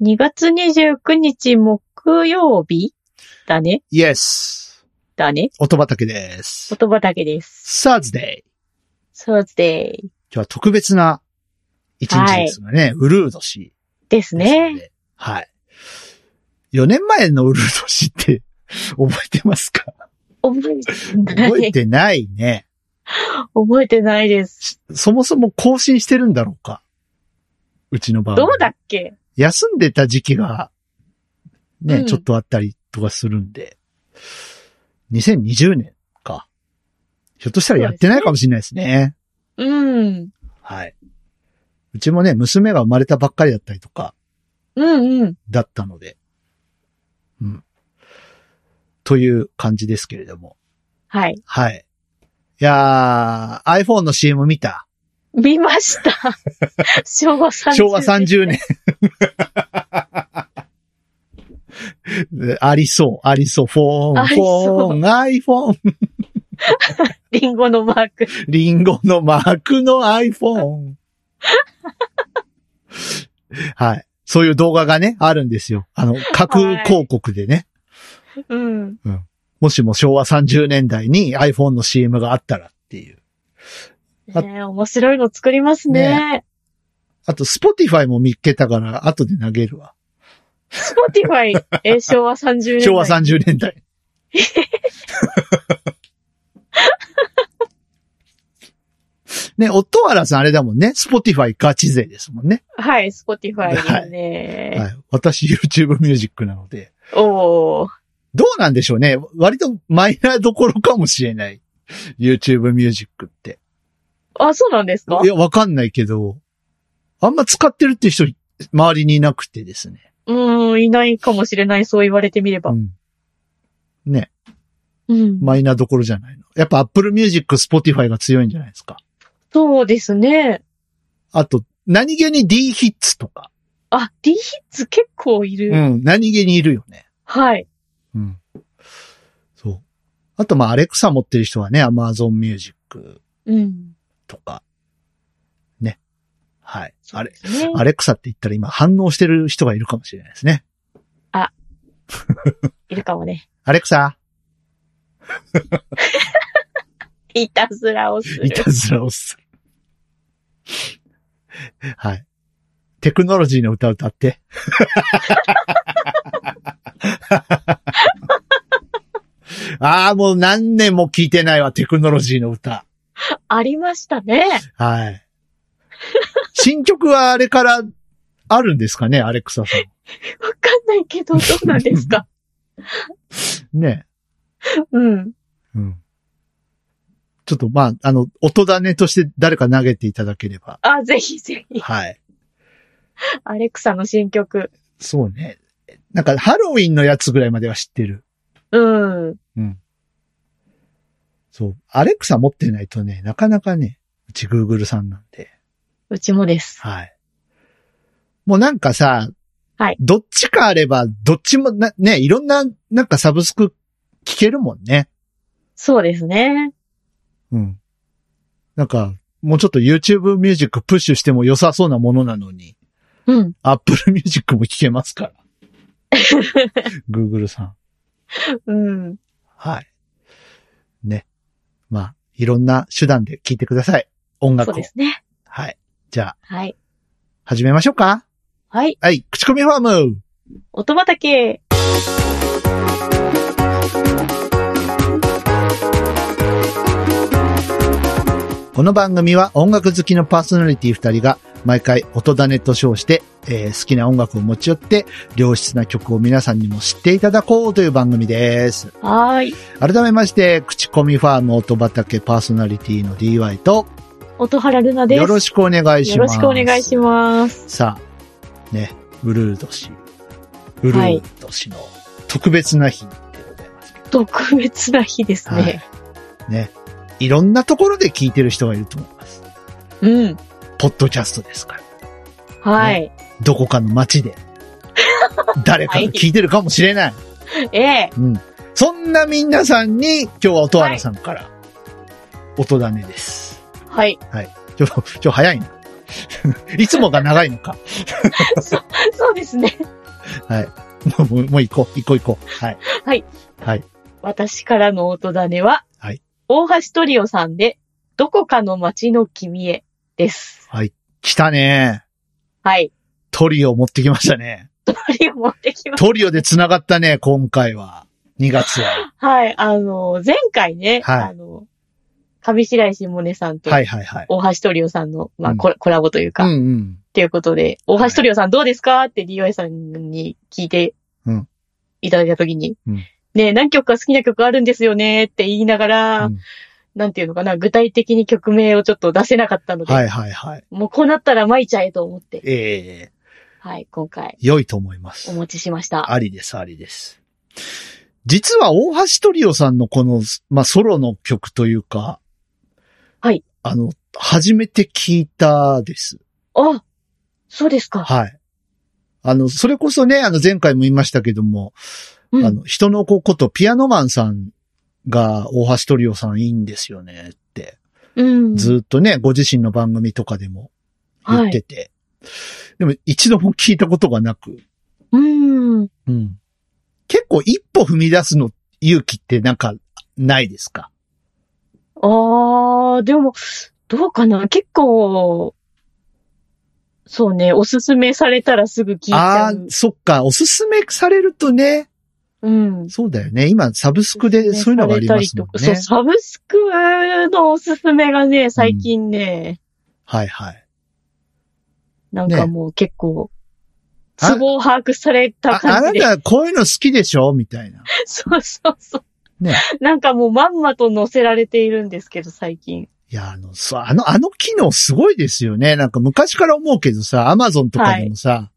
2月29日木曜日だねイエス。だね音畑です。言葉だけです。サーズデイ。そうで今日は特別な一日ですよね。ウルード氏ですですので。ね。はい。4年前のウルード氏って 覚えてますか覚えて ない。覚えてないね。覚えてないです。そもそも更新してるんだろうかうちの場合。どうだっけ休んでた時期が、ね、うんちょっとあったりとかするんで、2020年か。ひょっとしたらやってないかもしれないですね。うん。はい。うちもね、娘が生まれたばっかりだったりとか、うんうん。だったので。うん。という感じですけれども。はい。はい。いやー、iPhone の CM 見た見ま した。昭和30年。昭和30年。 ありそう、ありそう。フォーあン、りフォそうーン、iPhone。リンゴのマーク。リンゴのマークの iPhone。はい。そういう動画がね、あるんですよ。あの、架空広告でね。うん。もしも昭和30年代に iPhone の CM があったらっていう。あねえ面白いの作りますね。あと、Spotify も見っけたから、後で投げるわ。スポティファ イ、えー昭和30年代。昭和30年代。ね、音原さんあれだもんね。Spotify ガチ勢ですもんね。はい、スポティファイですね。はい。私 YouTube ミュージックなので。おー。どうなんでしょうね。割とマイナーどころかもしれない。YouTube ミュージックって。あ、そうなんですかいや、わかんないけど、あんま使ってるって人、周りにいなくてですね。うーん、いないかもしれない、そう言われてみればう。ん。ね、うん。マイナーどころじゃないの。やっぱ Apple Music、Spotify が強いんじゃないですか。そうですね。あと、何気に D ヒッツとか。あ、D ヒッツ結構いる。うん、何気にいるよね。はい。うん。そう。あと、まあ、アレクサ持ってる人はね、Amazon Music うん。とか。ね。はい。あれ、ね、アレクサって言ったら今反応してる人がいるかもしれないですね。いるかもね。アレクサ、いたずらをするい。たずらをする。はい。テクノロジーの歌歌って。 ああ、もう何年も聞いてないわ、テクノロジーの歌。ありましたね。はい。新曲はあれからあるんですかね、アレクサさわかんないけど、どうなんです か。ん。ね。うん。うん。ちょっとまあ、あの、音種として誰か投げていただければ。あ、ぜひぜひ。はい。アレクサの新曲。そうね。なんか、ハロウィンのやつぐらいまでは知ってる。うん。そう。アレクサ持ってないとね、なかなかね、うち Google さんなんで。うちもです。はい。もうなんかさ、はいどっちかあれば、どっちもな、ね、いろんな、なんかサブスク聞けるもんね。そうですね。うん。なんか、もうちょっと YouTube ミュージックプッシュしても良さそうなものなのに、うん。 Apple ミュージックも聞けま すから。Google さん。うん。はい。ね。まあ、いろんな手段で聞いてください。音楽そをうで。すね。はい。じゃあ、はい。始めましょうか。はい。はい。口コミファーム。音畑。この番組は音楽好きのパーソナリティ二人が毎回音種と称して、えー好きな音楽を持ち寄って良質な曲を皆さんにも知っていただこうという番組です。はーい。改めまして、口コミファーム音畑パーソナリティの DY と音原ルナです。よろしくお願いしよまろす。しくお願いします。さあ、ね、ウルード氏。ウルード氏の特別な日でございますけど。特別な日ですね。はい。ね。いろんなところで聞いてる人がいると思います。うん。ポッドキャストですから。はい。どこかの 街で。誰かが聞いてるかもしれない。ええうん。そんなみんなさんに、今日は音原さんから、音種です。はい。今日、今日早いな。 いつもが長いのか。そうですね。はい。もう、もうもう行こう、行こう、行こう。はい。はい。はい。私からの音種は、はい大橋トリオさんで、どこかの街の君へです。来たね。はい。トリオ持ってきましたね。トリオ持ってきましトリオで繋がったね、今回は。2月 は。た。はい。あの、前回ね、はいあの、上白石萌音さんと、はいはいはい。大橋トリオさんの、まうあ、んコラコラボといううか、んっうん。ていうことで、大橋トリオさんどうですかって DY さんに聞いてうん、いただいたときに、うんねえ何曲か好きな曲あるんですよねって言いながら、うんなんていうのかな、具体的に曲名をちょっと出せなかったので、はいはいはい。もうこうなったら巻いちゃえと思って、ええはい、今回良いと思いますお。持ちしました。ありです、ありです。実は大橋トリオさんのこの、まあ、ソロの曲というか。はい。あの、初めて聞いたです。あ、そうですか。はい。あの、それこそね、あの、前回も言いましたけども、うんあの、人の子ことピアノマンさんが大橋トリオさんいいんですよねって、うん。ずっとね、ご自身の番組とかでも言はってい。て、でも一度も聞いたことがなく、うん。うん。結構一歩踏み出すの勇気ってなんかないですかあー、でも、どうかな結構、そうね、おすすめされたらすぐ聞いちあゃあうー、。そっか、おすすめされるとね、うん。そうだよね。今、サブスクでそういうのがありますもんおすすめされたりとかそう、サね。ブスクのおすすめがね、最近ね、はいはい。なんかもう結構、あツボを把握されたああ感なじで。たこういうの好きでしょみたいな。 そうそうそう。ねなんかもうまんまと載せられているんですけど、最近。いや、あの、そう、あの、あの機能すごいですよね。なんか昔から思うけどさ、アマゾンとかでもさ、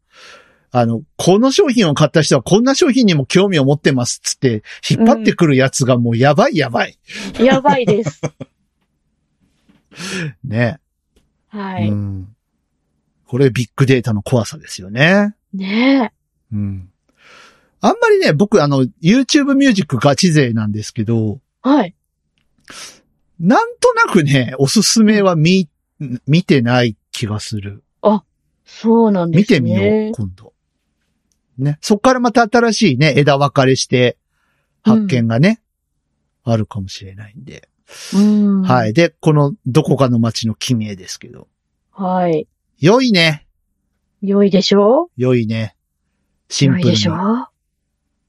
あの、この商品を買った人はこんな商品にも興味を持ってますっつって、引っ張ってくるやつがもうやばいやばい。やばい です。ね。はい。うん。これビッグデータの怖さですよね。ねうん。あんまりね、僕あの、YouTube ミュージックガチ勢なんですけど、え。はい。なんとなくね、おすすめは見、見てない気がする。そうなんで見すね。てみよう、今度。ね。そっからまた新しいね、枝分かれして、発見がね、あるかもしれないんで。うん。はい。。で、この、どこかの街の君へですけど。はい。良いね。良いでしょ良いね。シン良プいルでにし、ょ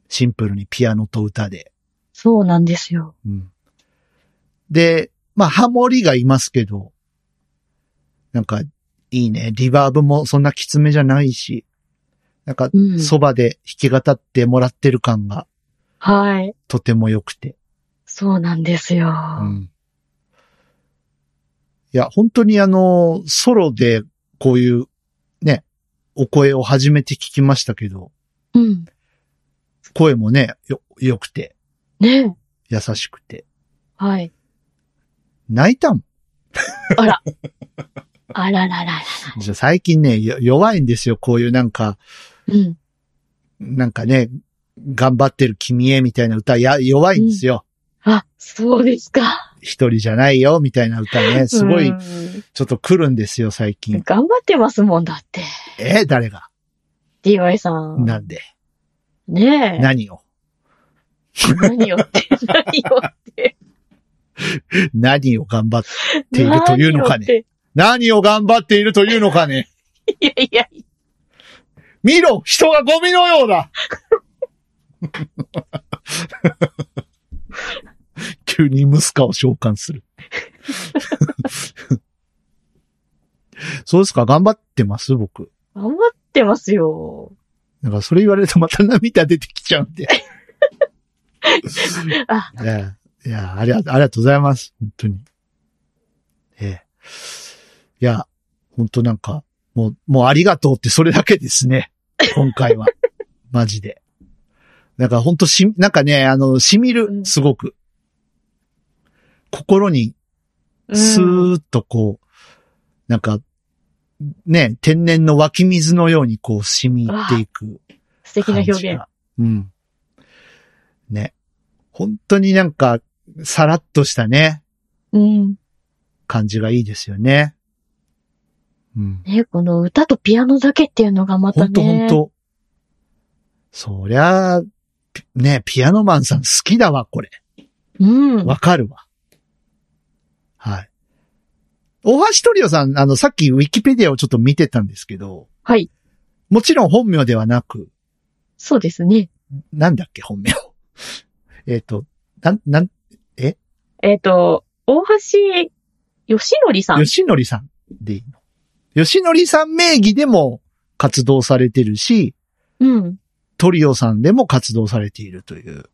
シンプルにピアノと歌で。そうなんですよ。うん。で、まあ、ハモリがいますけど、なんか、いいね。リバーブもそんなきつめじゃないし、なんか、うん。そばで弾き語ってもらってる感がはい。とても良くて。そうなんですよ。うん。いや、本当にあの、ソロでこういうね、お声を初めて聞きましたけど、うん。声もね、よ、良くて、ねえ。優しくて。はい。泣いたもん。あらららら。じゃあ最近ね、よ弱いんですよ。こういうなんか、うん。なんかね、頑張ってる君へみたいな歌、や、弱いんですよ。あ、そうですか。一人じゃないよ、みたいな歌ね。すごい、うんちょっと来るんですよ、最近。頑張ってますもんだって。え誰が DY さん。なんでねえ。何を何をって、何をっ何を頑張っててているというのか何をねって何を頑張っているというのかね。いやいや、見ろ人がゴミのようだ急にムスカを召喚する。 そうですか頑張ってます僕。頑張ってますよ。なんかそれ言われるとまた涙出てきちゃうんで。 あ、いや、いやありがとう、ありがとうございます。本当に。ええ。いや、本当なんか、もう、もうありがとうってそれだけですね。今回 は。マジで。なんか本当し、なんかね、あの、染みうる、んすごく。心に、うんスーッとこう、なんか、ね、天然の湧き水のようにこう染み入っていく。素敵な表感じ現。がうん。ね。本当になんか、さらっとしたね、うん。感じがいいですよね。うん。ね、この歌とピアノだけっていうのがまたほね。んとほんと。そりゃあ、ピね、ピアノマンさん好きだわ、これ。うん。わかるわ。はい。大橋トリオさん、あの、さっきウィキペディアをちょっと見てたんですけど、はい。もちろん本名ではなく、そうですね。なんだっけ、本名。 えっと、なん、なん、えっ、と、大橋義則さん。吉典さんでいいの。吉典さん名義でも活動されてるし、うん。トリオさんでも活動されているという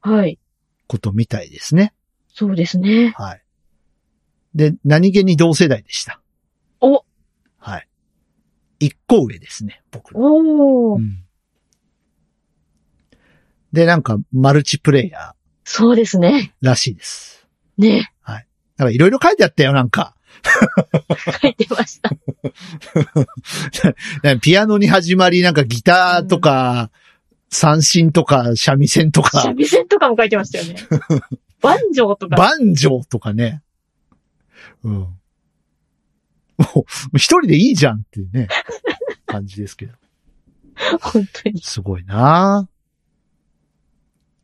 はい。ことみたいですね。そうですね。はい。で、何気に同世代でした。おはい。一個上ですね、僕の。おー。うんで、なんか、マルチプレイヤーそうですね。らしいです。ね。なんか、いろいろ書いてあったよ、なんか。書いてま した。なんかピアノに始まり、なんかギターとか、三振とか、三味線とか三、味線とかも書いてました よね。万丈とか。バンジョーとかね。うん。もう、一人でいいじゃんっていうね、感じですけど。本当に。すごいな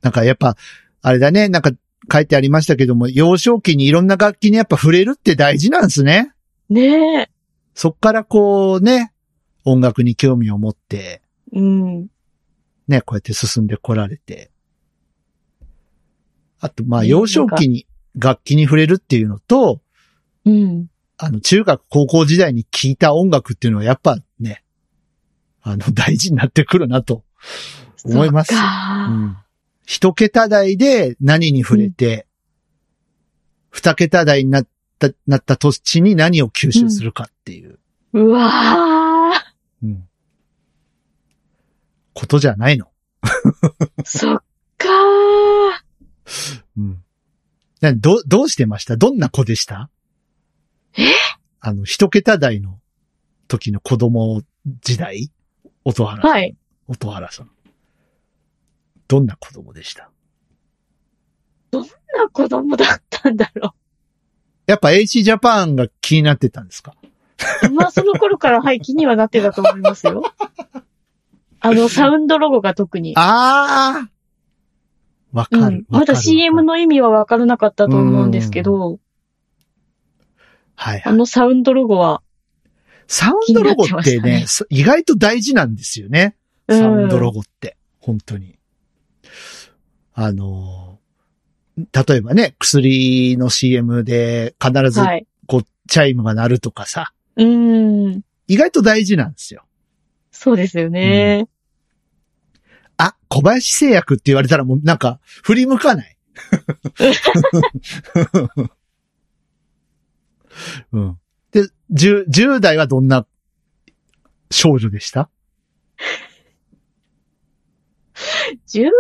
なんかやっぱ、あれだね、なんか書いてありましたけども、幼少期にいろんな楽器にやっぱ触れるって大事なんですね。ねえ。そっからこうね、音楽に興味を持って、うん。ね、こうやって進んでこられて。あと、まあ、ね幼少期に楽器に触れるっていうのと、うん。あの、中学、高校時代に聴いた音楽っていうのはやっぱね、あの、大事になってくるなと思いますそううかん一桁台で何に触れて、二、桁台になった、なった土地に何を吸収するかっていう、うわー。うんことじゃないの。そっかー。うん、など、どうしてましたどんな子でしたえあの、一桁台の時の子供時代音原さん。はい。音原さん。どんな子供でしたどんな子供だったんだろやっぱ AC ジャパンが気になってたんですかう。まあ、その頃から、はい、気にはなってたと思います よ。あの、サウンドロゴが特に。ああわかうる。わん。かるまだ CM。の意味はわからなかったと思うんですけど、はいはあい。のサウンドロゴは、サウンドロゴ気になっっててましたねね、そ意外と大事なんですよね。うんサウンドロゴって。本当に。あのー、例えばね、薬の CM で必ずはい。こう、チャイムが鳴るとかさ、うーん。意外と大事なんですよ。そうですよね。あ、小林製薬って言われたらもうなんか振り向かない。うん。で、10、10代はどんな少女でした10代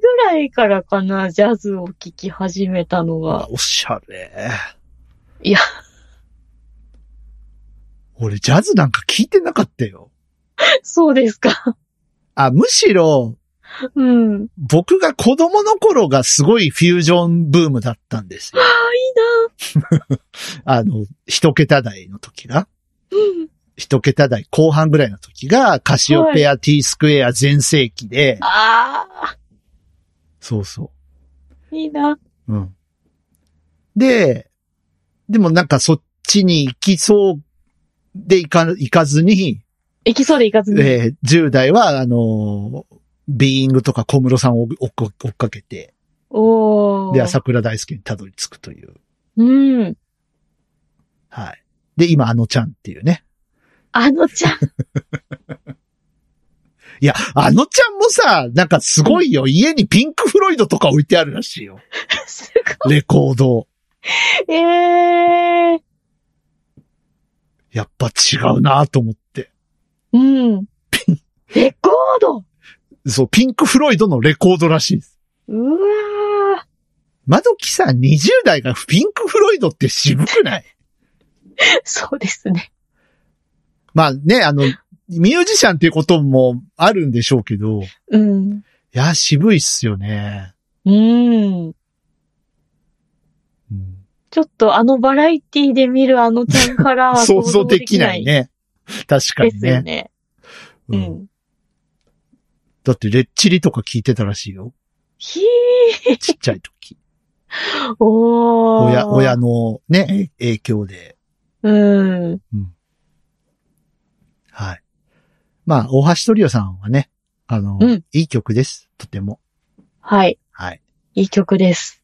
ぐらいからかな、ジャズを聴き始めたのは。おしゃれ。いや。俺ジャズなんか聞いてなかったよ。そうですか。あ、むしろうん。僕が子供の頃がすごいフュージョンブームだったんですよ。あの、一桁台の時が。うん一桁台後半ぐらいの時が、カシオペア、T スクエア全盛期で、ああ、そうそいいな。う。うん。で、でもなんかそっちに行きそうで行か、行かずに、行きそうで行かずに。えー10代は、あのービーイングとか小室さんを追っか追っかけて、おお。で、朝倉大輔にたどり着くという。うん。はい。で、今、あのちゃんっていうね。あのちゃん。いや、あのちゃんもさ、なんかすごいよ。家にピンクフロイドとか置いてあるらしいよ。すレコード。ごい。 ええやっぱ違うなと思って。うん。レコードそう、ピンク・フロイドのレコードらしいです。うわまどきさん20代がピンク・フロイドって渋くないーそうですね。まあね、あの、ミュージシャンっていうこともあるんでしょうけど、いうん。や、渋いっすよね。うん。うんちょっとあのバラエティで見るあのちゃんから は想像できないね。確かでにすよね。ね。う。うんん。だって、レッチリとか聞いてたらしいよ。ひー、ちっちゃい時。おー。 親、親のね、え影響で。うん。はい。まあ、大橋トリオさんはね、あの、うんいい曲です。とても。はい。はい。いい曲です。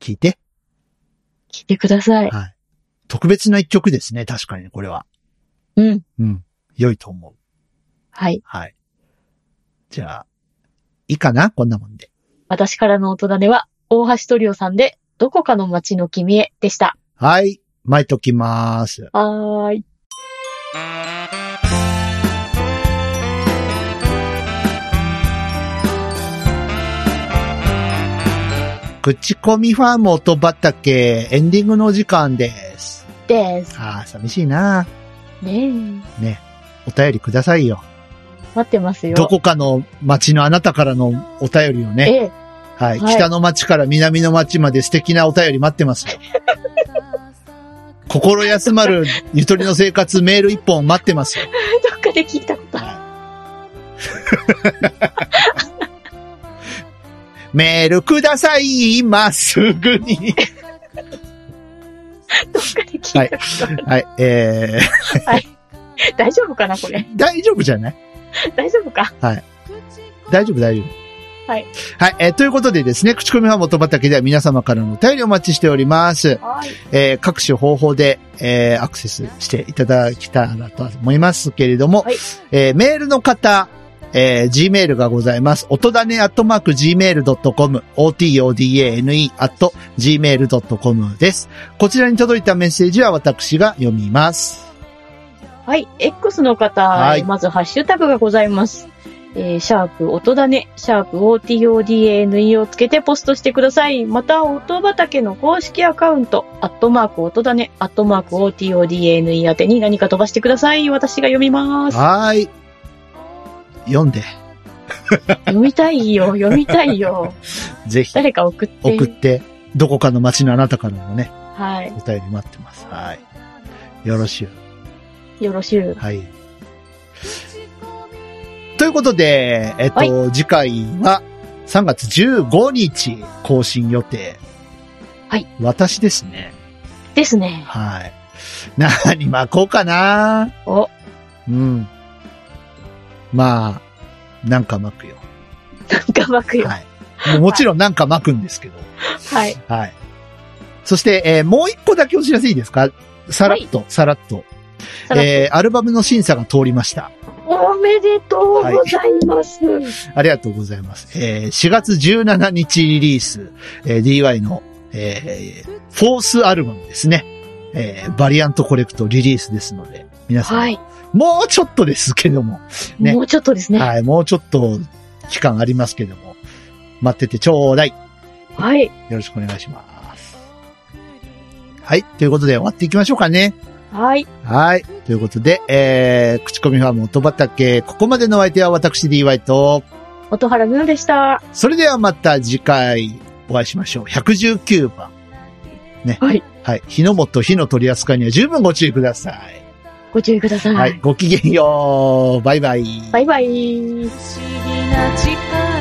聞いて。聴いてください。はい。特別な一曲ですね。確かに、これは。うん。うん。良いと思う。はい。はい。じゃあ、いいかなこんなもんで。私からの音種は、大橋トリオさんで、どこかの街の君へでした。はい。巻いときます。はーい。口コミファーム音畑、エンディングのお時間です。です。ああ、寂しいな。ねお便りくださいよ。え。待ってますよ。どこかの町のあなたからのお便りをね。ええ。 はい。はい北の町から南の町まで素敵なお便り待ってますよ。心休 まるゆとりの生活メール一本待ってますよ。どっかで聞いたことある。はい。メールください今すぐ どにっかで聞いたことある。はい、え大丈夫かなこれ。ー、大丈夫じゃない大丈夫か大丈夫、大丈夫。はい。はい、えーということでですね、口コミは元畑では皆様からのお便りをお待ちしております。はい。えー各種方法で、えーアクセスしていただきたらと思いますけれども、はいえーメールの方、えー gmail がございます。音だねアットマーク gmail.com、otodane アット gmail.com です。こちらに届いたメッセージは私が読みます。はい。X の方、はいまずハッシュタグがございます。えー、シャープ、音だね、シャープ、OTODANE をつけてポストしてください。また、音畑の公式アカウント、アットマーク、音だね、アットマーク、OTODANE 宛てに何か飛ばしてください。私が読みます。はーい。読んで、読みたい よ、読みたいよ。ぜひ誰か送って。送って、どこかの街のあなたからのね、はお便り待ってます。はい。よろしゅう。い。よろしゅう。はい。ということで、えっと、は次回は3月15日更新予定。はい。私ですね。ですね。はい。何巻こうかなお。うん。まあ、なんか巻くよ。頑張くよ。はい。ももちろんなんか巻くんですけど。はい。はい。そして、えーもう一個だけお知らせいいですかさらっと、さらっと。さらっとえーアルバムの審査が通りました。おめでとうございます。ありがとうございます。えー4月17日リリース、えー DY の、えーフォースアルバムですね。えーバリアントコレクトリリースですので、皆さん、はい。もうちょっとですけども、ねもうちょっとですね。はい、もうちょっと期間ありますけども、待っててちょうだい。はい。よろしくお願いします。はい、ということで終わっていきましょうかね。はい。はい、ということで、えー、口コミファーム音畑、ここまでのお相手は私 DY と、音原ぬでした。それではまた次回お会いしましょう。119番。ね。はい。はい。火の元、火の取り扱いには十分ご注意ください。ご注意ください。はい。ごきげんよう。バイバイ。バイバイ。不思議な力